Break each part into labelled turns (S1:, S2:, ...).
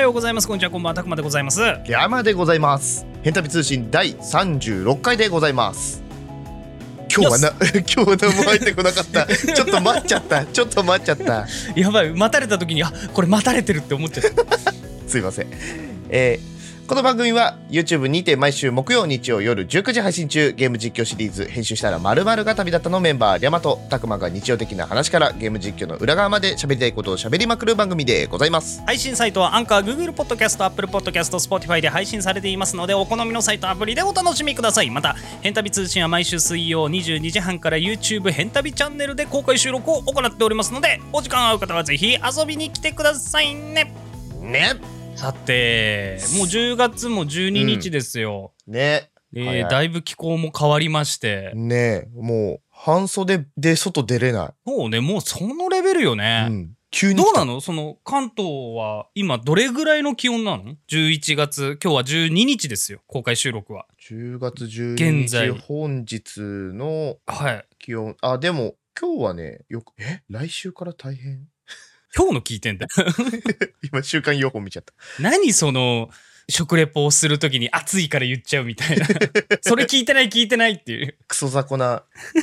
S1: ようございますこんにちはこんばんはたくまでございます
S2: 山でございますヘンタビ通信第36回でございます今日はな 今日は何も入ってこなかったちょっと待っちゃったちょっと待っちゃった
S1: やばい待たれた時にあこれ待たれてるって思っちゃった
S2: すいませんえーこの番組は YouTube にて毎週木曜日曜夜19時配信中ゲーム実況シリーズ編集したら〇〇が旅立ったのメンバーリャマとタクマが日常的な話からゲーム実況の裏側まで喋りたいことを喋りまくる番組でございます
S1: 配信サイトはアンカー Google ポッドキャスト Apple ポッドキャスト Spotify で配信されていますのでお好みのサイトアプリでお楽しみくださいまたヘンタビ通信は毎週水曜22時半から YouTube ヘンタビチャンネルで公開収録を行っておりますのでお時間合う方はぜひ遊びに来てくださいね
S2: ね
S1: さてもう10月も12日ですよ、
S2: ね
S1: えー
S2: 早い
S1: だいぶ気候も変わりまして、
S2: ねもう半袖で外出れな
S1: そうねもうそのレベルよ
S2: い、
S1: ね、
S2: うん、急に
S1: どう
S2: 来た
S1: なのその関東は今どれぐらいの気温なの ?11 月今日は12日ですよ公開収録は
S2: 10月12
S1: 現在
S2: 日本日の
S1: はい
S2: 気温あでも今日はねよくえ来週から大変
S1: 今日の聞いてんだ
S2: 今週間予報見ちゃった
S1: 何その食レポをするときに暑いから言っちゃうみたい なそれ聞いてない聞いてないっていう
S2: クソ雑魚な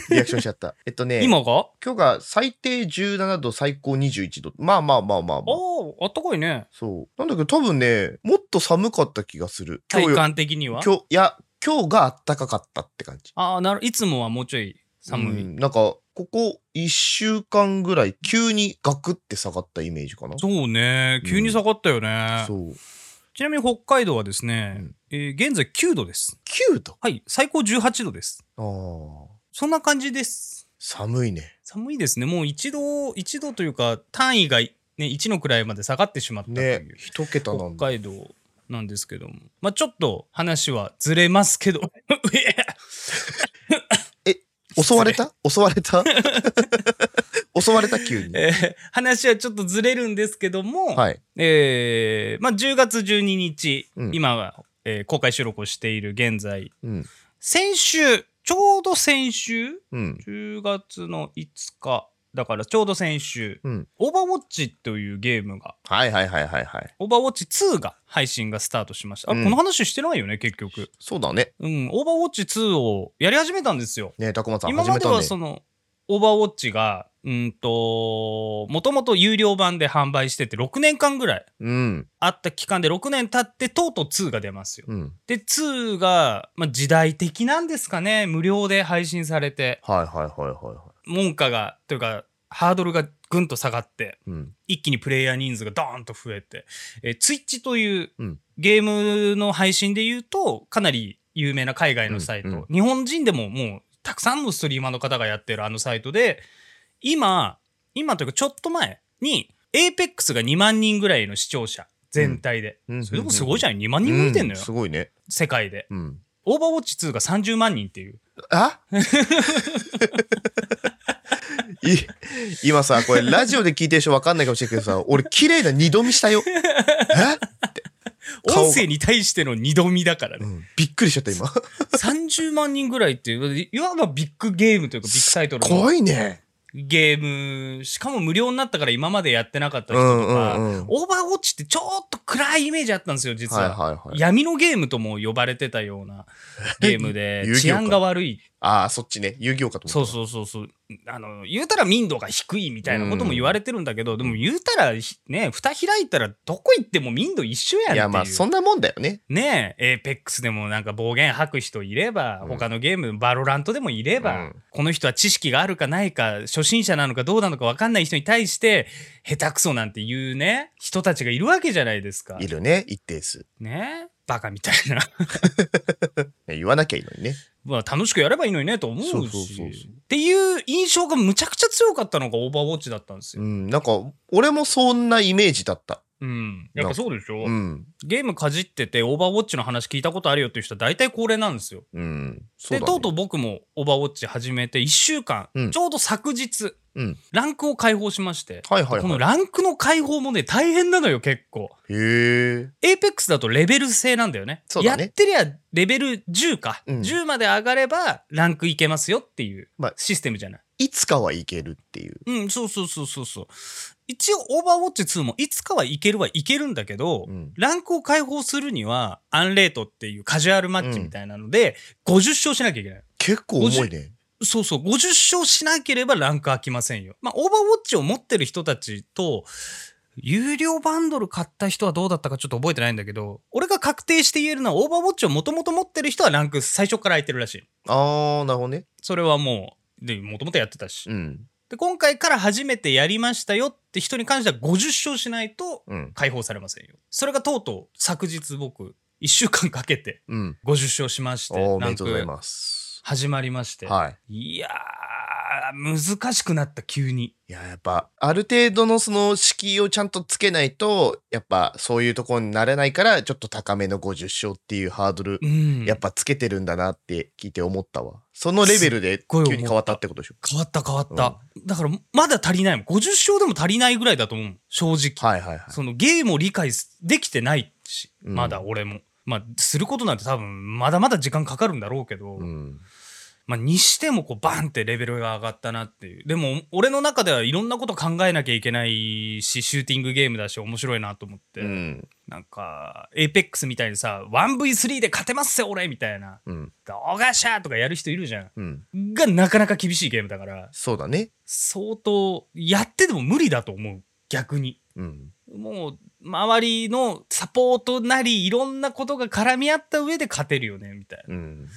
S2: リアクションしちゃった えっとね今
S1: 今が
S2: 日が最低17度最高21度まあまあまあまあ、
S1: あ
S2: まあ、
S1: ーあったかいね
S2: そうなんだけど多分ねもっと寒かった気がする今日
S1: 体
S2: よ
S1: 感的には
S2: 今日いや今日があったかかったって感じ
S1: ああなるいつもはもうちょい寒い、
S2: うんなんかここ1週間ぐらい急にガクって下がったイメージかな
S1: そうね急に下がったよね、
S2: そう
S1: ちなみに北海道はですね、
S2: うん
S1: えー現在9度です
S2: 9度
S1: はい最高18度です
S2: ああ
S1: そんな感じです
S2: 寒いね
S1: 寒いですね。もう一度、一度というか、単位がね、1の位まで下がってしまったという、
S2: ね一桁なん
S1: 北
S2: だ
S1: 海道なんですけども。まあちょっと話はずれますけど。うえ
S2: え襲われた襲われ た襲われた急に
S1: えー話はちょっとずれるんですけども、
S2: はい
S1: えーまあ、10月12日、
S2: うん
S1: 今は、えー公開収録をしている現在、
S2: うん
S1: 先週、ちょうど先週、
S2: うん
S1: 10月の5日、だからちょうど先週、
S2: うん
S1: オーバーウォッチというゲームが
S2: はいはいはいはいはい
S1: オーバーウォッチ2が配信がスタートしました。あ、
S2: うん
S1: この話してないよね、結局。
S2: そうだね
S1: うん、オーバーウォッチ2をやり始めたんですよ。
S2: ねえたくまさん
S1: 今
S2: 始
S1: ま
S2: め
S1: で
S2: た
S1: は
S2: ね
S1: その、オーバーウォッチが、うんと、もともと有料版で販売してて、6年間ぐらい
S2: うん
S1: あった期間で6年経って、とうとう2が出ますよ。
S2: うん
S1: で、2が、まあ、時代的なんですかね、無料で配信されて、
S2: はいはいはいはいは
S1: 文化が、というか、ハードルがぐんと下がって、
S2: いうん
S1: 一気にプレイヤー人数がドーンと増えて、えー、ツイッチという
S2: うん
S1: ゲームの配信で言うと、かなり有名な海外のサイト、
S2: うんうん
S1: 日本人でももうたくさんのストリーマーの方がやってるあのサイトで、今、今というかちょっと前に、APEX が2万人ぐらいの視聴者、全体で。
S2: うん
S1: それでもすごいじ
S2: ゃん
S1: ゃん、2万人も見てんのよ、
S2: すごいね
S1: 世界で。
S2: うん
S1: オーバーウォッチ2が30万人っていう。
S2: あ い今さこれラジオで聞いてる人分かんないかもしれないけどさ俺綺麗な二度見したよえ、顔が
S1: 音声に対しての二度見だからね
S2: う。ん、びっくりしち ゃった今す
S1: 30万人ぐらいっていう、いわばビッグゲームというか、ビッグタイトルの
S2: ごいね
S1: ゲーム、しかも無料になったから今までやってなかった
S2: う
S1: 人と
S2: んう
S1: か、
S2: んうん
S1: オーバーウォッチってちょっと暗いイメージあったんですよ、実
S2: はい
S1: は。
S2: はいはい
S1: 闇のゲームとも呼ばれてたよう なゲームで
S2: 遊戯
S1: 治
S2: 王か
S1: 安が悪い
S2: ああそっちね遊戯王かと
S1: そ
S2: 思
S1: う
S2: った
S1: そうそうそうあの言うたら民度が低いみたいなことも言われてるんだけど、でも言うたらひね蓋開いたらどこ行っても民度一緒やんっていう
S2: いやまあそんなもんだよね
S1: ねえ、エーペックスでもなんか暴言吐く人いれば、
S2: うん
S1: 他のゲーム、バロラントでもいれば、
S2: うん
S1: この人は知識があるかないか、初心者なのかどうなのか分かんない人に対して、下手くそなんていうね、人たちがいるわけじゃないですか
S2: い。るね一定数、
S1: ねえ、バカみたいな。
S2: ね、言わなきゃいいのにね
S1: まあ楽しくやればいいのにねと思うし
S2: そうそうそうそう
S1: っていう印象がむちゃくちゃ強かったのがオーバーウォッチだったんです
S2: う
S1: よ。
S2: んなんか俺もそんなイメージだった
S1: うん。やっぱそうでしょ、
S2: うん
S1: ゲームかじってて、オーバーウォッチの話聞いたことあるよっていう人は大体これなんですよ。
S2: うんそ
S1: で、
S2: うだ、ね、
S1: とうとう僕もオーバーウォッチ始めて1週間、
S2: うん
S1: ちょうど昨日、
S2: うん
S1: ランクを解放しまして、
S2: はいはい
S1: この
S2: は
S1: ランクの解放もね、大変なのよ、結構。
S2: いへえ
S1: APEX だとレベル制なんだよね。
S2: そうだね
S1: やってりゃレベル10か、
S2: うん
S1: 10まで上がればランクいけますよっていう
S2: まあ
S1: システムじゃない。
S2: いつかはいけるっていう
S1: うん、そうそうそうそうそう。一応オーバーウォッチ2もいつかはいけるはいけるんだけど、
S2: うん
S1: ランクを解放するにはアンレートっていうカジュアルマッチみたいなので、50勝しなきゃいけない。
S2: 結構重いね
S1: そうそう、50勝しなければランク開きませんよ。まあ、オーバーウォッチを持ってる人たちと、有料バンドル買った人はどうだったかちょっと覚えてないんだけど、俺が確定して言えるのは、オーバーウォッチをもともと持ってる人はランク最初から空いてるらしい。
S2: ああなるほどね
S1: それはもう、で、もともとやってたし。
S2: うん
S1: で、今回から初めてやりましたよって人に関しては50勝しないと
S2: うん
S1: 解放されませんよ。それがとうとう昨日僕、1週間かけて
S2: うん
S1: 50勝しまして、
S2: おーお
S1: ラ
S2: め
S1: ン
S2: でとうござい
S1: ク
S2: ます
S1: 始まりまして。
S2: はい
S1: いやー、難しくなった、急に。
S2: いややっぱある程度のその敷居をちゃんとつけないとやっぱそういうところになれないからちょっと高めの50勝っていうハードル、
S1: うん。
S2: やっぱつけてるんだなって聞いて思ったわそのレベルで
S1: ごい思った
S2: 急に変わったってことでしょ
S1: 変わった変わった。だから、まだ足りないもん。50勝でも足りないぐらいだと思う。正直。
S2: はいはいはい
S1: そのゲームを理解すできてないし、
S2: うん
S1: まだ俺も。まあ、することなんて多分、まだまだ時間かかるんだろうけど、
S2: うん
S1: まあ、にしてもこう、バンってレベルが上がったなっていう。でも、俺の中ではいろんなこと考えなきゃいけないし、シューティングゲームだし、面白いなと思って。
S2: うん
S1: なんか、エイペックスみたいにさ、1V3 で勝てますよ、俺みたいな。
S2: うん
S1: 動画シャーとかやる人いるじゃ
S2: うん
S1: ん。がなかなか厳しいゲームだから、
S2: そうだね
S1: 相当やってでも無理だと思う。逆に。
S2: うん
S1: もう、周りのサポートなり、いろんなことが絡み合った上で勝てるよね、みたいな
S2: うん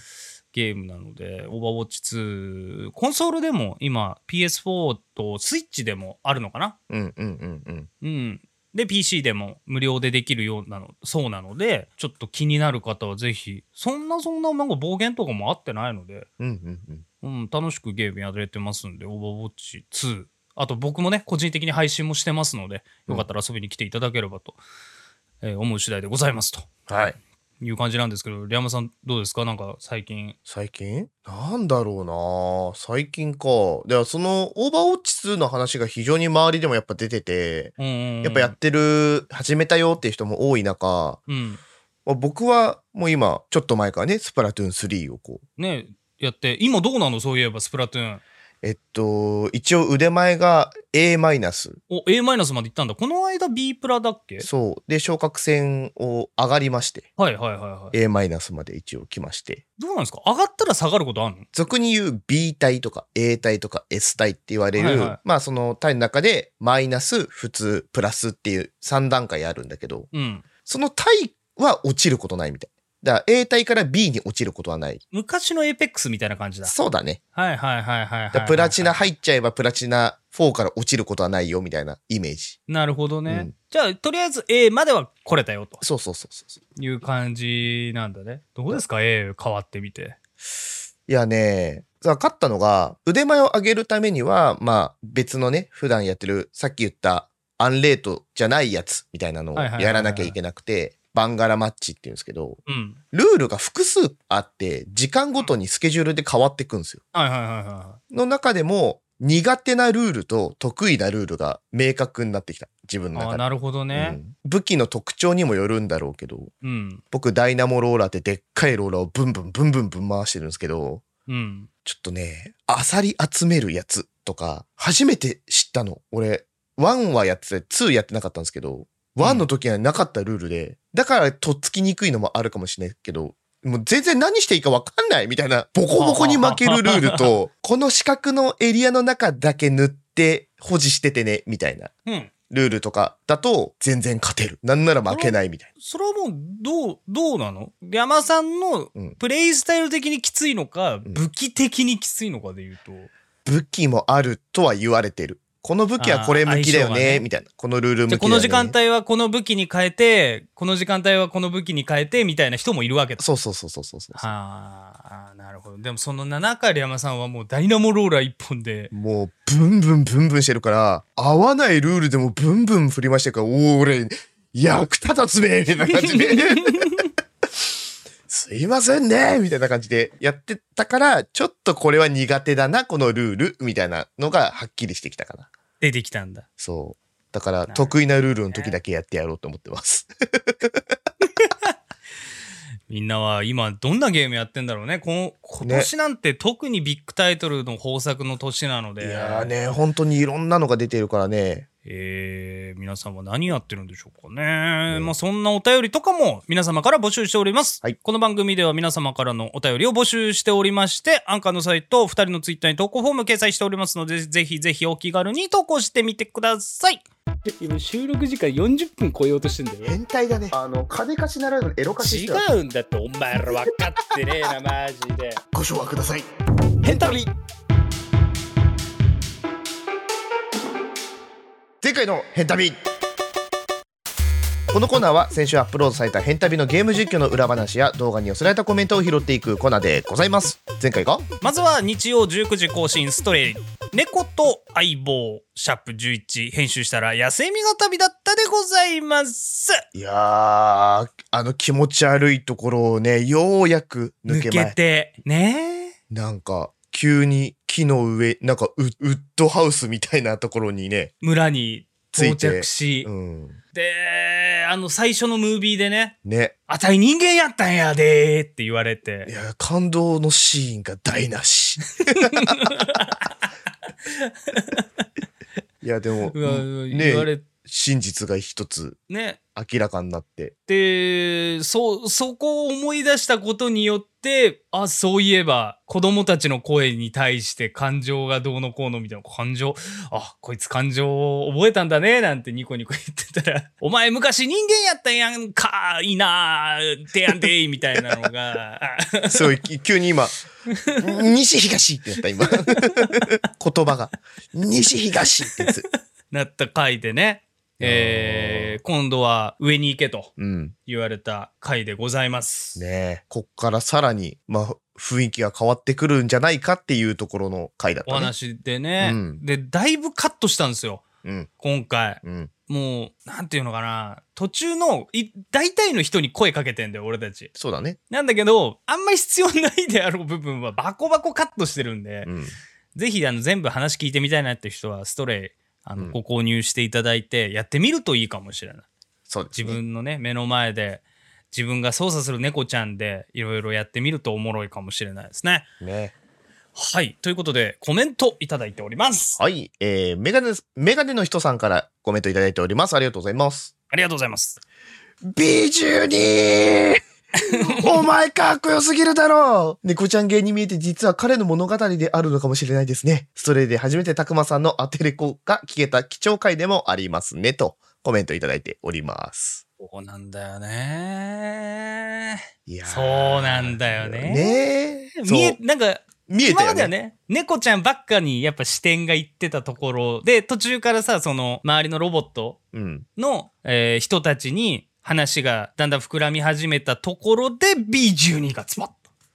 S1: ゲームなので、オーバーウォッチ2、コンソールでも今 PS4 とスイッチでもあるのかな
S2: うんうんうんう
S1: う
S2: ん
S1: ん。で、PC でも無料でできるようなの、そうなので、ちょっと気になる方はぜひ、そんなそんななんか暴言とかもあってないので、
S2: うんうんうん
S1: うん、楽しくゲームやれてますんで、オーバーウォッチ2。あと僕もね、個人的に配信もしてますので、よかったら遊びに来ていただければと、えー思う次第でございますと
S2: はい
S1: いう感じなんですけど、リアマさんどうですかなんか最近。
S2: 最近なんだろうな最近かではそのオーバーウォッチ2の話が非常に周りでもやっぱ出てて
S1: うんうんうん
S2: やっぱやってる、始めたよっていう人も多い中、
S1: うん。
S2: まあ僕はもう今、ちょっと前からね、スプラトゥーン3をこう、
S1: ね、やって、今どうなのそういえば、スプラトゥーン。
S2: えっと、一応腕前が A マイナス。
S1: お、A マイナスまで行ったんだ。この間 B プラだっけ
S2: そう。で、昇格戦を上がりまして、
S1: はいはいはいはい。
S2: A マイナスまで一応来まして、
S1: どうなんですか上がったら下がることあるの
S2: 俗に言う B 体とか A 体とか S 体って言われる、
S1: はいはい
S2: まあその体の中でマイナス、普通、プラスっていう3段階あるんだけど、
S1: うん。
S2: その体は落ちることないみたい。だから A 体から B に落ちることはない。
S1: 昔のエイペックスみたいな感じだ。
S2: そうだね。
S1: はいはいはいはいはい、
S2: だからプラチナ。入っちゃえばプラチナ4から落ちることはないよみたいなイメージ。
S1: なるほどね。
S2: うん
S1: じゃあ、とりあえず A までは来れたよと
S2: そうそうそうそうそう。
S1: いう感じなんだね。どうですか ?A 変わってみて。
S2: いやね、さあ勝ったのが腕前を上げるためには、まあ別のね、普段やってるさっき言ったアンレートじゃないやつみたいなのを
S1: はいはいはいはい
S2: やらなきゃいけなくて、バンガラマッチっていうんですけど、
S1: うん。
S2: ルールが複数あって、時間ごとにスケジュールで変わってくんですよ。
S1: はいはいはいは
S2: の中でも、苦手なルールと得意なルールが明確になってきた。自分
S1: い
S2: の
S1: はい。あ
S2: 中
S1: あ、
S2: で。
S1: なるほどね。
S2: うん武器の特徴にもよるんだろうけど
S1: うん。
S2: 僕ダイナモローラーってでっかいローラーをブンブンブンブンブン回してるんですけど
S1: うん。
S2: ちょっとねアサリ集めるやつとか初めて知ったの俺1はやってて2やってなかったんですけど1の時にはなかったルールで、だからとっつきにくいのもあるかもしれないけどもう全然何していいか分かんないみたいなボコボコに負けるルールとこの四角のエリアの中だけ塗って保持しててねみたいな
S1: うん。
S2: ルールとかだと全然勝てる。なんなら負けないみたい
S1: それはもう、どう、どうなの山さんの
S2: うん
S1: プレイスタイル的にきついのか、
S2: ん
S1: 武器的にきついのかで言うと。
S2: な。武器もあるとは言われてる。この武器はこれ向きだよ
S1: あー相性が
S2: ね、
S1: ね
S2: みたいな。このルール
S1: じ
S2: 向きだ
S1: ゃ
S2: よね
S1: あ。この時間帯はこの武器に変えてこの時間帯はこの武器に変えてみたいな人もいるわけだ。
S2: そうそうそうそうそうそう。
S1: はあなるほどでもその七狩山さんはもうダイナモローラー一本で
S2: もうブンブンブンブンしてるから、合わないルールでもブンブン振りましてるから、おー俺、役立たずめみたいな感じで。すいませんねみたいな感じでやってたから、ちょっとこれは苦手だな、このルール、みたいなのがはっきりしてきたかな。
S1: 出てきたんだ。
S2: そう。だから、
S1: るほどね
S2: 得意なルールの時だけやってやろうと思ってます。
S1: みんなは今どんなゲームやってんだろうねこの今年なんて特にビッグタイトルの豊作の年なので、
S2: いやーね、本当にいろんなのが出てるからね。
S1: えー皆さんは何やってるんでしょうかね、まあ、そんなお便りとかも皆様から募集しております、
S2: はい
S1: この番組では皆様からのお便りを募集しておりましてアンカーのサイト2人のツイッターに投稿フォーム掲載しておりますのでぜひぜひお気軽に投稿してみてください
S3: 今収録時間40分超えようとしてんだよ
S2: 変態だねあの金貸しならぬエロ貸しして
S3: 違うんだってお前ら分かってねえなマジで
S2: ご唱和ください
S3: ヘンタビ
S2: 前回の「変旅」このコーナーは先週アップロードされた「変旅」のゲーム実況の裏話や動画に寄せられたコメントを拾っていくコーナーでございます前回が
S1: まずは日曜19時更新ストレイ猫と相棒シャープ11編集したら野生味が旅だったでございます
S2: いやーあの気持ち悪いところをねようやく抜け
S1: 抜
S2: ま
S1: け
S2: え
S1: てねえ
S2: なんか急に木の上なんかウウッドハウスみたいなところにね
S1: 村に到
S2: ついて
S1: 着し、
S2: うん
S1: であの最初のムービーでね
S2: ね
S1: 「あたい人間やったんやで」って言われ
S2: い
S1: て
S2: や感動のシーンが台 無しいやでも
S1: うわ
S2: ね
S1: 言われ
S2: 真実が一つ
S1: ね
S2: 明らかになって
S1: でそうそこを思い出したことによってあそういえば子供たちの声に対して感情がどうのこうのみたいな感情あこいつ感情を覚えたんだねなんてニコニコ言ってたら「 お前昔人間やったんやんかいいなてやんでい」みたいなのが
S2: すごいき 急に今西東ってやった今 言葉が西東ってやつ
S1: なった回でね、えー今度は上に行けと
S2: うん
S1: 言われた回でございます。
S2: ねえこっからさらにまあ雰囲気が変わってくるんじゃないかっていうところの回だっ
S1: お
S2: たね
S1: 話でね、
S2: うん
S1: でだいぶカットしたんですよ
S2: うん
S1: 今回
S2: うん
S1: もうなんていうのかな途中のい大体の人に声かけてんだよ俺たち
S2: そうだね
S1: なんだけどあんまり必要ないであろう部分はバコバコカットしてるんで、
S2: うん
S1: ぜひあの全部話聞いてみたいなって人はストレイあの、
S2: うん
S1: ご購入していただいてやってみるといいかもしれない
S2: そうです
S1: 自
S2: ね
S1: 分のね目の前で自分が操作する猫ちゃんでいろいろやってみるとおもろいかもしれないですね。
S2: ね
S1: はいということでコメントいただいております。
S2: はいえー、メガネメガネの人さんからコメントいただいておりますありがとうございます
S1: ありがとうございます。
S2: 美 中にお前かっこよすぎるだろう猫ちゃん芸に見えて実は彼の物語であるのかもしれないですね。ストレイで初めてたくまさんのアテレコが聞けた貴重回でもありますねとコメントいただいております。
S1: ここなんだよね。
S2: いやー
S1: そうなんだよね
S2: ねえ
S1: 見え
S2: そう
S1: なんか
S2: 見えた
S1: 今
S2: よ
S1: までは
S2: ね。
S1: ね猫ちゃんばっかにやっぱ視点がいってたところで途中からさその周りのロボット
S2: うん。
S1: の、えー人たちに話がだんだん膨らみ始めたところで B12 がズバッと。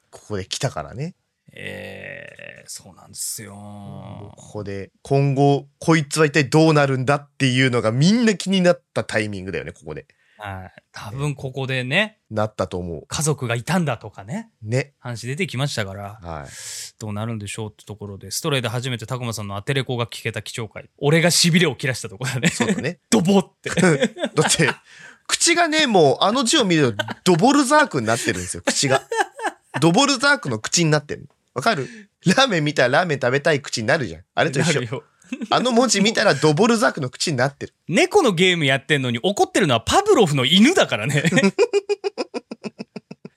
S2: ここで来たからね。
S1: えー、そうなんですよ。
S2: ここで今後こいつは一体どうなるんだっていうのがみんな気になったタイミングだよねここで。
S1: はい、多分ここでね
S2: なったと思う。
S1: 家族がいたんだとかね
S2: ね。
S1: 話出てきましたから
S2: はい。
S1: どうなるんでしょうってところでストレイで初めてタコマさんのアテレコが聞けた貴重会俺がしびれを切らしたところだね
S2: そうだね。
S1: ドボって
S2: だって、口がね、もう、あの字を見ると、ドボルザークになってるんですよ、口が。ドボルザークの口になってる。わかるラーメン見たらラーメン食べたい口になるじゃん。あれと
S1: な
S2: 一緒
S1: る。よ
S2: あの文字見たらドボルザークの口になってる。
S1: 猫のゲームやってんのに怒ってるのはパブロフの犬だから ね。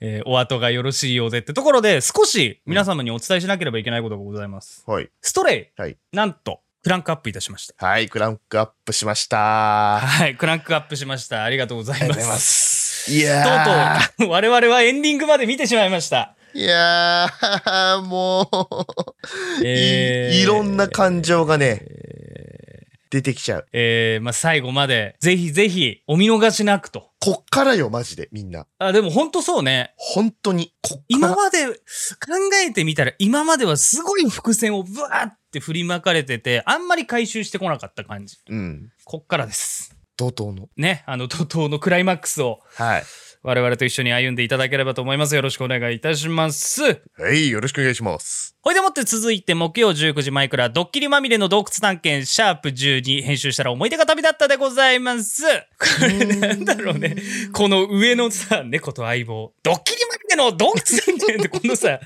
S1: えーお後がよろしいようでってところで少し皆様にお伝えしなければいけないことがございます。
S2: はい。
S1: ストレイ、
S2: はい
S1: なんとクランクアップいたしました。
S2: はい、クランクアップしました。あ
S1: はい、クランクアップしました。ありがとうございます。
S2: す。いやー。
S1: とうとう我々はエンディングまで見てしまいました。
S2: いやー、もう、
S1: えー
S2: い、いろんな感情がね、出てきちゃう。
S1: えーまあ、最後までぜひぜひお見逃しなくと。
S2: こっからよ、マジで、みんな。
S1: あでも本当そうね。
S2: 本当に、こっから。
S1: 今まで考えてみたら今まではすごい伏線をブワーって振りまかれててあんまり回収してこなかった感じ
S2: うん。
S1: こっからです
S2: 怒涛の。
S1: ねあの怒涛のクライマックスを
S2: はい。
S1: 我々と一緒に歩んでいただければと思いますよろしくお願いいたします
S2: はい、よろしくお願いします。
S1: ほいでもって続いて木曜19時前からドッキリまみれの洞窟探検シャープ12編集したら思い出が旅だったでございますこれなんだろうねこの上のさ猫と相棒ドッキリまみれの洞窟探検ってこのさ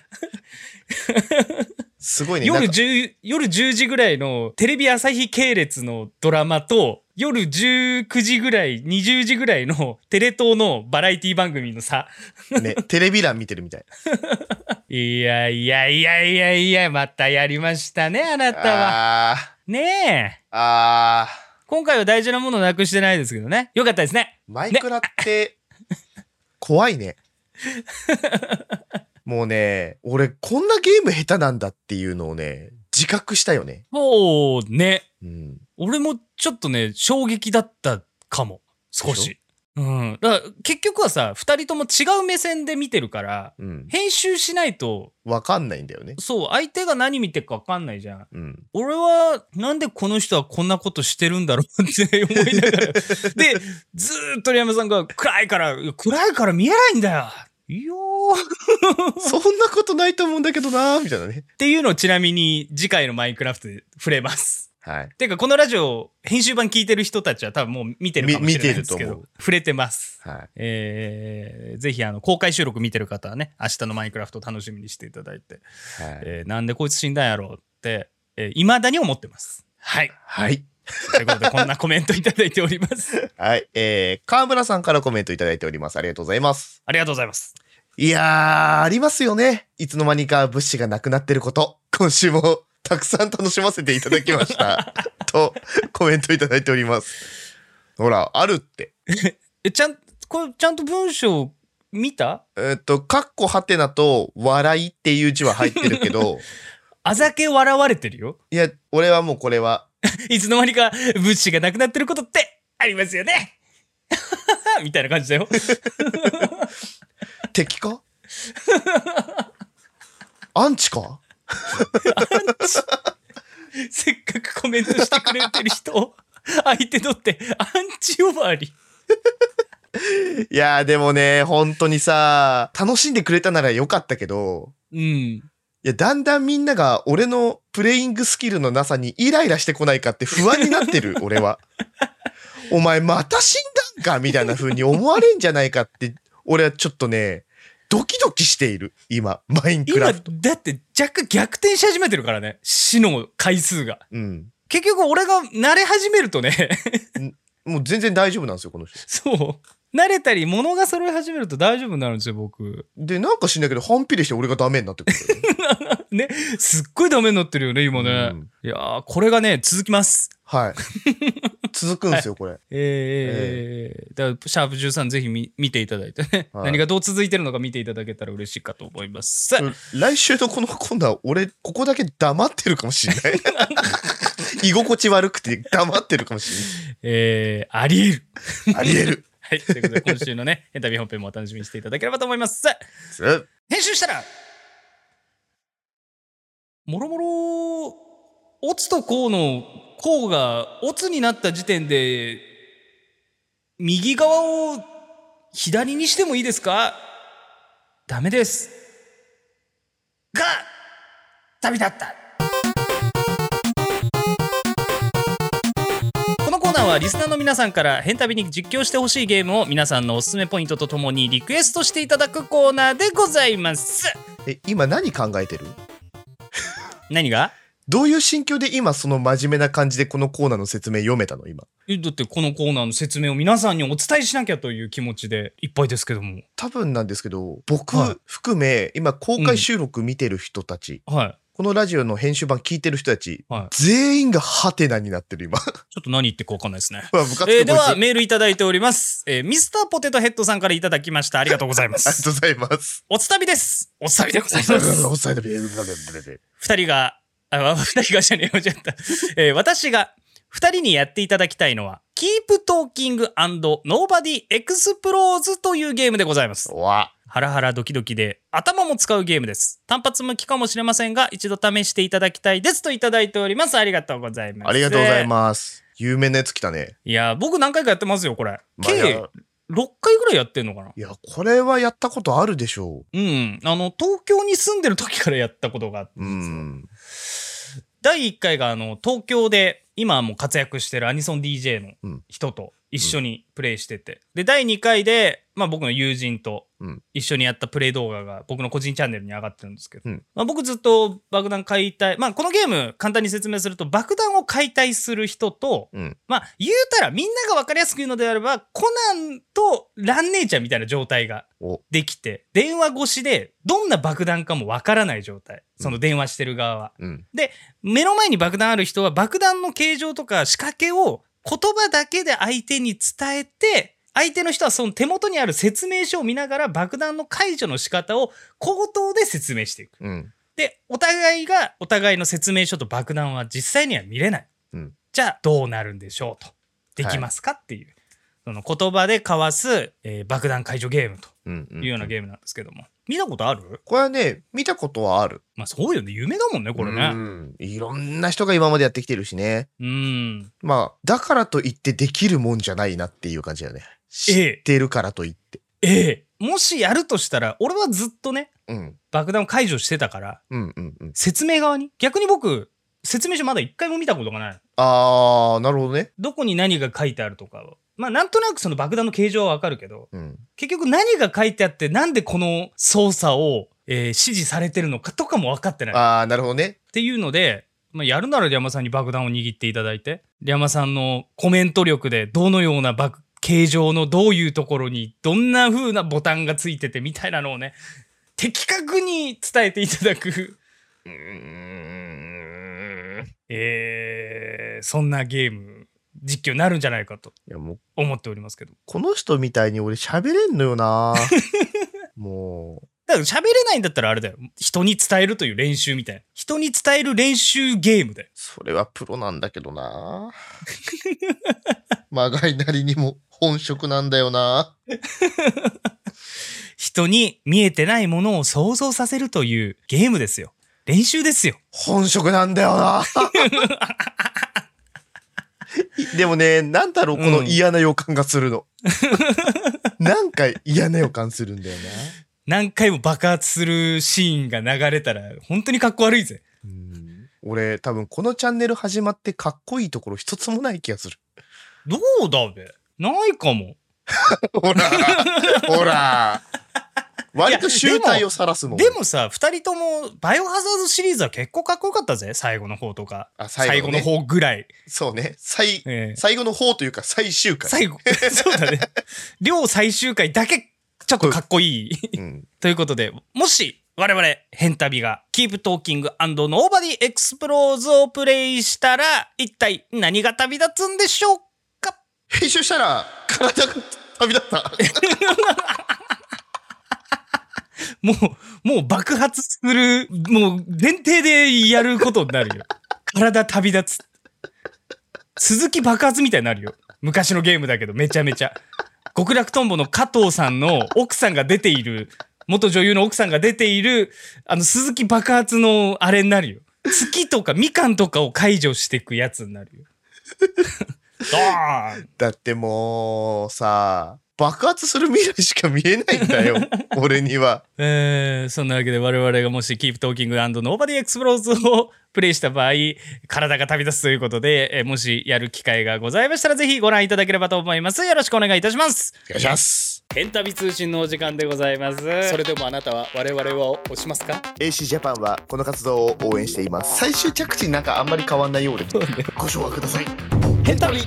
S2: すごいね。
S1: 夜
S2: なんか
S1: 10夜10時ぐらいのテレビ朝日系列のドラマと夜19時ぐらい20時ぐらいの テレ東のバラエティ番組の差
S2: ね、テレビ欄見てる みたい。
S1: いやいやいやいやいやまたやりましたねあなたは
S2: あ
S1: ねえ
S2: ーあ
S1: 今回は大事なものなくしてないですけどねよかったですね
S2: ー、マイクラって怖いね。もうね、俺こんなゲーム下手なんだっていうのをね、自覚したよね。
S1: そうね
S2: うん。
S1: 俺もちょっとね衝撃だったかも少
S2: で
S1: しうんだから結局はさ2人とも違う目線で見てるから
S2: うん。
S1: 編集しないと
S2: わかんないんだよね。
S1: そう相手が何見てるか分かんないじゃん
S2: うん。
S1: 俺はなんでこの人はこんなことしてるんだろうって思いながらでずーっと鳥山さんが暗いからいや暗いから見えないんだよいやー
S2: そんなことないと思うんだけどなーみたいなね。
S1: っていうのをちなみに次回のマインクラフトで触れます
S2: はい。
S1: てかこのラジオ編集版聞いてる人たちは多分もう見てるかもしれないですけ
S2: み見てると
S1: ど
S2: 思
S1: 触れてます
S2: はい。
S1: えーぜひあの公開収録見てる方はね明日のマインクラフトを楽しみにしていただいて
S2: はい。
S1: えーなんでこいつ死んだんやろうって、えー、未だに思ってます。はい。
S2: はい。
S1: ということで、こんなコメントいただいており ます。
S2: はい。えー、河村さんからコメントいただいております。ありがとうございます。
S1: ありがとうございます。
S2: いやー、ありますよね。いつの間にか物資がなくなってること。今週もたくさん楽しませていただきました。と、コメントいただいております。ほら、あるって。
S1: え、ちゃん、これ、ちゃんと文章見た
S2: えっと、かっこはてなと、笑いっていう字は入ってるけど、
S1: あざけ笑われてるよ。
S2: いや、俺はもうこれは、
S1: いつの間にか物資がなくなってることってありますよね。 みたいな感じだよ。
S2: 敵かアンチか
S1: せっかくコメントしてくれてる人を相手取ってアンチ呼ばわり。
S2: いやーでもね、本当にさ、楽しんでくれたならよかったけど、
S1: うん。
S2: いや、だんだんみんなが俺のプレイングスキルのなさにイライラしてこないかって不安になってる、俺は。お前また死んだんかみたいな風に思われんじゃないかって、俺はちょっとね、ドキドキしている、今、マインク
S1: 今、
S2: ラフト。
S1: だって若干逆転し始めてるからね。死の回数が。
S2: うん。
S1: 結局俺が慣れ始めるとね
S2: もう全然大丈夫なんですよ、この人。
S1: そう慣れたり物が揃い始めると大丈夫になるんですよ僕
S2: で、なんか死んだけど、反比例して俺がダメになってくる、
S1: ねすっごいダメになってるよね今ね、
S2: うん
S1: いやーこれがね続きます
S2: はい。続くんですよ、これ。
S1: えーえーえーだからシャープ13ぜひ見見ていただいてね、
S2: はい
S1: 何がどう続いてるのか見ていただけたら嬉しいかと思います、
S2: 来週のこの今度は俺ここだけ黙ってるかもしれない居心地悪くて黙ってるかもし
S1: えー、あり得る
S2: れないありえる
S1: はいということで今週のねエンタビー本編もお楽しみにしていただければと思います
S2: うん
S1: 編集したらもろもろオツとコウのコウがオツになった時点で右側を左にしてもいいですかダメですが旅立ったこのコーナーはリスナーの皆さんから「変旅に実況してほしいゲームを皆さんのおすすめポイントとともにリクエストしていただくコーナーでございます
S2: え今何考えてる
S1: 何が
S2: どういう心境で今その真面目な感じでこのコーナーの説明読めたの今
S1: えだってこのコーナーの説明を皆さんにお伝えしなきゃという気持ちでいっぱいですけども
S2: 多分なんですけど僕
S1: はい
S2: 含め今公開収録見てる人たち、
S1: はい
S2: このラジオの編集版聞いてる人たち
S1: はい
S2: 全員がハテナになってる今
S1: ちょっと何言ってるかわかんないですね
S2: まあ部活
S1: えーで
S2: こいつあ
S1: は
S2: り
S1: メールいただいております、えーミスターポテトヘッドさんからいただきましたありがとうございま
S2: がと
S1: す
S2: うございます
S1: おつたびですおつたびでご ざいます
S2: お伝えだブレブレブレブレ
S1: 二人が、あ、二人がじゃねえよ、ちゃった。えー私が二人にやっていただきたいのは、Keep Talking and Nobody Explores というゲームでございます。
S2: うわ
S1: ハラハラドキドキで頭も使うゲームです。単発向きかもしれませんが、一度試していただきたいですといただいております。ありがとうございます。
S2: ありがとうございます有名なやつ来たね
S1: す。いや、僕何回かやってますよ、これ。
S2: まあ
S1: 計
S2: いや
S1: 6回ぐらいやってんのかない
S2: や、これはやったことあるでしょ
S1: うん。あの、東京に住んでる時からやったことがあって。
S2: う。うん。
S1: 第1回があの東京で今もう活躍してるアニソン DJ の人と一緒にプレイしてて、で第2回で、まあ、僕の友人と
S2: うん
S1: 一緒にやったプレイ動画が僕の個人チャンネルに上がってるんですけど、
S2: うん
S1: まあ、僕ずっと爆弾解体、まあ、このゲーム簡単に説明すると爆弾を解体する人と、
S2: うん
S1: まあ、言うたらみんなが分かりやすく言うのであればコナンとラン姉ちゃんみたいな状態が
S2: お
S1: できて電話越しでどんな爆弾かも分からない状態その電話してる側は。
S2: うん
S1: 目の前に爆弾ある人は爆弾の形状とか仕掛けを言葉だけで相手に伝えて相手の人はその手元にある説明書を見ながら爆弾の解除の仕方を口頭で説明していく。
S2: うん
S1: でお互いがお互いの説明書と爆弾は実際には見れない。
S2: うん
S1: じゃあどうなるんでしょうと。できますか、っていうその言葉で交わす、えー爆弾解除ゲームと
S2: うんうん
S1: いうようなゲームなんですけども、見たことある
S2: これはね見たことはある
S1: まあそうよね夢だもんねこれ
S2: う
S1: ね。
S2: んいろんな人が今までやってきてるしね
S1: うん
S2: まあだからといってできるもんじゃないなっていう感じだよね知ってるからといって
S1: ええ、もしやるとしたら俺はずっとね
S2: うん
S1: 爆弾を解除してたから
S2: うんうんうん
S1: 説明側に逆に僕説明書まだ一回も見たことがない
S2: あーなるほどね
S1: どこに何が書いてあるとかはまあなんとなくその爆弾の形状はわかるけど
S2: うん
S1: 結局何が書いてあってなんでこの操作を、えー指示されてるのかとかも分かってないっ
S2: あーなるほどね
S1: ていうので、まあ、やるならリャマさんに爆弾を握っていただいてリャマさんのコメント力でどのような爆形状のどういうところにどんな風なボタンがついててみたいなのをね的確に伝えていただく
S2: うーんい
S1: えーそんなゲーム実況になるんじゃないかと
S2: やもう
S1: 思っておりますけど
S2: この人みたいに俺喋れんのよ なもう
S1: だから喋れないんだったらあれだよ人に伝えるという練習みたいな人に伝える練習ゲームだよ
S2: それはプロなんだけどなまがいなりにも本職なんだよな
S1: 人に見えてないものを想像させるというゲームですよ練習ですよ
S2: 本職なんだよな でもねなんだろうこの嫌な予感がする の、なんか嫌な予感するんだよな
S1: 何回も爆発するシーンが流れたら本当にかっこ悪いぜ
S2: うん俺多分このチャンネル始まってかっこいいところ一つもない気が する
S1: どうだべないかも
S2: ほらほら割と集
S1: いやで
S2: 体
S1: も
S2: を晒すもん
S1: でもさ2人ともバイオハザードシリーズは結構かっこよかったぜ最後の方とか
S2: あ
S1: 最
S2: 最
S1: 後
S2: 後,、
S1: の
S2: ね、
S1: 方ぐらい、
S2: そうね最
S1: ええ
S2: 最後の方というか最終回、
S1: 最後そうだね両最終回だけちょっとかっこいい
S2: うん、
S1: ということでもし我々ヘンタビが Keep Talking and Nobody Explodes をプレイしたら一体何が旅立つんでしょうか
S2: 編集したら体が旅立った
S1: もうもう爆発するもう前提でやることになるよ体旅立つ鈴木爆発みたいになるよ昔のゲームだけどめちゃめちゃ極楽とんぼの加藤さんの奥さんが出ている元女優の奥さんが出ているあの鈴木爆発のあれになるよ月とかみかんとかを解除していくやつになるよドーン
S2: だってもうさ爆発する未来しか見えないん だよ俺には
S1: えーそんなわけで我々がもし Keep Talking and Nobody Explodes をプレイした場合体が旅立つということで、えーもしやる機会がございましたらぜひご覧いただければと思いますよろしくお願いいたします
S2: お願いします
S1: エンタビ通信のお時間でございます
S3: それでもあなたは我々は押しますか
S2: AC ジャパンはこの活動を応援しています最終着地なんかあんまり変わんないようでご紹介ください
S1: ヘンタビ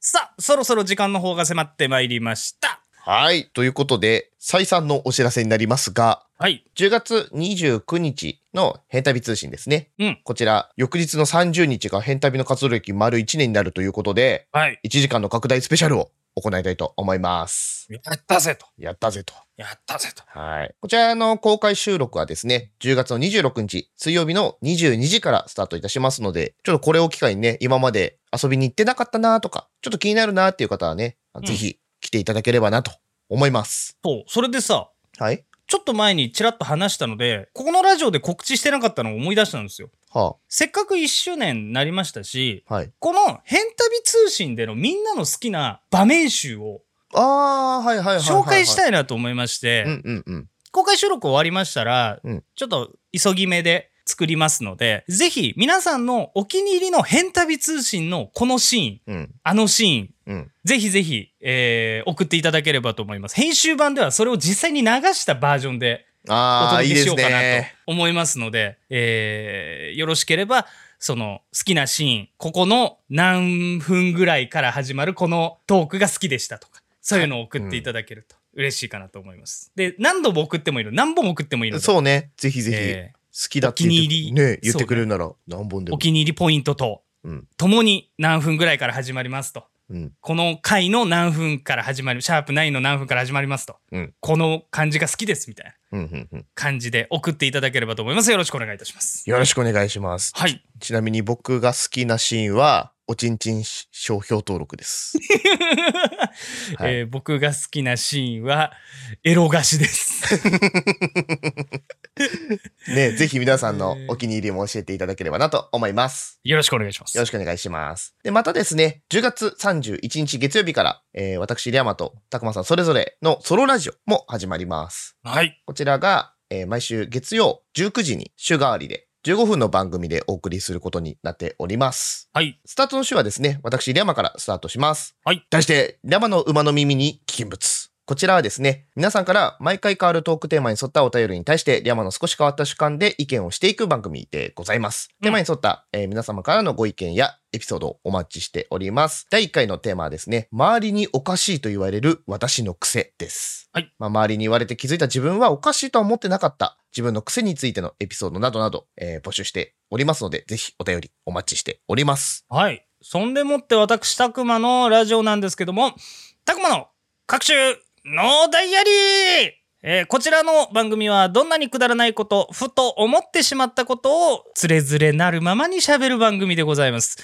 S1: さあそろそろ時間の方が迫ってまいりました
S2: はいということで再三のお知らせになりますが
S1: はい
S2: 10月29日の変旅通信ですね、
S1: うん
S2: こちら翌日の30日が変旅の活動歴丸1年になるということで
S1: はい
S2: 1時間の拡大スペシャルを行いたいと思います
S1: やったぜと
S2: やったぜと
S1: やったぜと
S2: はい。こちらの公開収録はですね、10月の26日、水曜日の22時からスタートいたしますので、ちょっとこれを機会にね、今まで遊びに行ってなかったなとか、ちょっと気になるなっていう方はね、
S1: ん
S2: ぜひ来ていただければなと思います。
S1: そうそれでさ
S2: はい。
S1: ちょっと前にちらっと話したので、ここのラジオで告知してなかったのを思い出したんですよ。
S2: は
S1: せっかく1周年になりましたし、
S2: あ、はい。
S1: この「変旅通信」でのみんなの好きな場面集を
S2: ああー、はいはいはいはい、
S1: 紹介し
S2: い。
S1: たいなと思いまして、
S2: うんうんうん。
S1: 公開収録終わりましたら、
S2: うん
S1: ちょっと急ぎ目で作りますので、ぜひ皆さんのお気に入りの変旅通信のこのシーン、
S2: うん
S1: あのシーン、
S2: うん
S1: ぜひぜひ、えー送っていただければと思います。編集版ではそれを実際に流したバージョンでお
S2: ああ
S1: 届
S2: いい
S1: け
S2: で
S1: し
S2: す
S1: ようかなと
S2: ね
S1: 思いますのでえーよろしければその好きなシーンここの何分ぐらいから始まるこのトークが好きでしたとかそういうのを送っていただけると嬉しいかなと思います。で何度も送ってもいいの何本も送ってもいいので
S2: そうねぜひぜひ、
S1: え
S2: 好きだって言って
S1: お気に入り
S2: ね言ってくれるなら何本で
S1: ーお
S2: も
S1: 気に入りポイントと
S2: うん
S1: ともに何分ぐらいから始まりますと。
S2: うん
S1: この回の何分から始まるシャープ9の何分から始まりますと、
S2: うん
S1: この感じが好きですみたいな
S2: うんうんうん
S1: 感じで送っていただければと思いますよろしくお願いいたします
S2: よろしくお願いします
S1: はい
S2: ちなみに僕が好きなシーンはおちんちん商標登録ですはい
S1: えー僕が好きなシーンはエロ菓子です。
S2: ねぜひ皆さんのお気に入りも教えていただければなと思います
S1: よろしくお願いします。
S2: よろしくお願いします。で、またですね、10月31日月曜日から、えー私、リアマとたくまさんそれぞれのソロラジオも始まります。
S1: はい。
S2: こちらが、えー毎週月曜19時に週替わりで15分の番組でお送りすることになっております。
S1: はい。
S2: スタートの週はですね、私、リアマからスタートします。
S1: はい。
S2: 題して、リャマの馬の耳に危険物。こちらはですね、皆さんから毎回変わるトークテーマに沿ったお便りに対して、リャマの少し変わった主観で意見をしていく番組でございます。
S1: うん
S2: テーマに沿った、えー皆様からのご意見やエピソードをお待ちしております。第1回のテーマはですね、周りにおかしいと言われる私の癖です。
S1: はい。
S2: まあ、周りに言われて気づいた自分はおかしいとは思ってなかった自分の癖についてのエピソードなどなど、えー募集しておりますので、ぜひお便りお待ちしております。
S1: はい。そんでもって私、たくまのラジオなんですけども、たくまの各種ノーダイアリーえーこちらの番組はどんなにくだらないこと、ふと思ってしまったことをつれづれなるままに喋る番組でございます。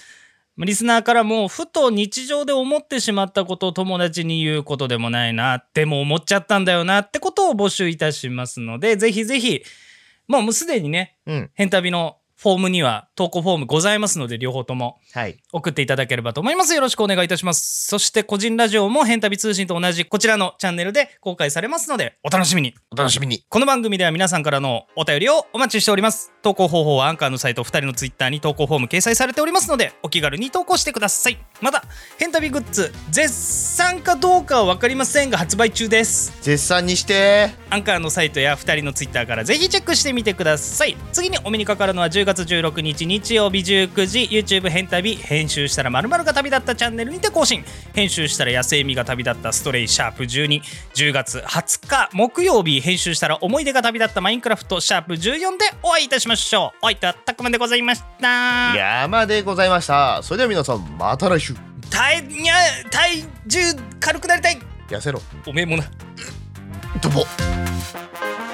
S1: リスナーからもふと日常で思ってしまったことを友達に言うことでもないな、でも思っちゃったんだよなってことを募集いたしますので、ぜひぜひ、もうもうすでにね、
S2: うん。
S1: 変旅のフォームには投稿フォームございますので、両方とも
S2: はい。
S1: 送っていただければと思います。よろしくお願いいたします。そして個人ラジオも変旅通信と同じこちらのチャンネルで公開されますのでお楽しみに。
S2: お楽しみに。
S1: この番組では皆さんからのお便りをお待ちしております。投稿方法はアンカーのサイト2人のツイッターに投稿フォーム掲載されておりますのでお気軽に投稿してください。また、変旅グッズ絶賛かどうかは分かりませんが発売中です。
S2: 絶賛にして。
S1: アンカーのサイトや2人のツイッターからぜひチェックしてみてください次にお目にかかるのは10月16日日曜日19時 YouTube 変旅編集したらまるが旅立ったチャンネルにて更新編集したら野生味が旅立ったストレイシャープ12010月20日木曜日編集したら思い出が旅立ったマインクラフトシャープ14でお会いいたしましょうお相手はたくまでございました
S2: 山でございました。それでは皆さん、また来週。
S1: 体にゃ体重軽くなりたい
S2: 痩せろ。
S1: おめえもな
S2: ドボッ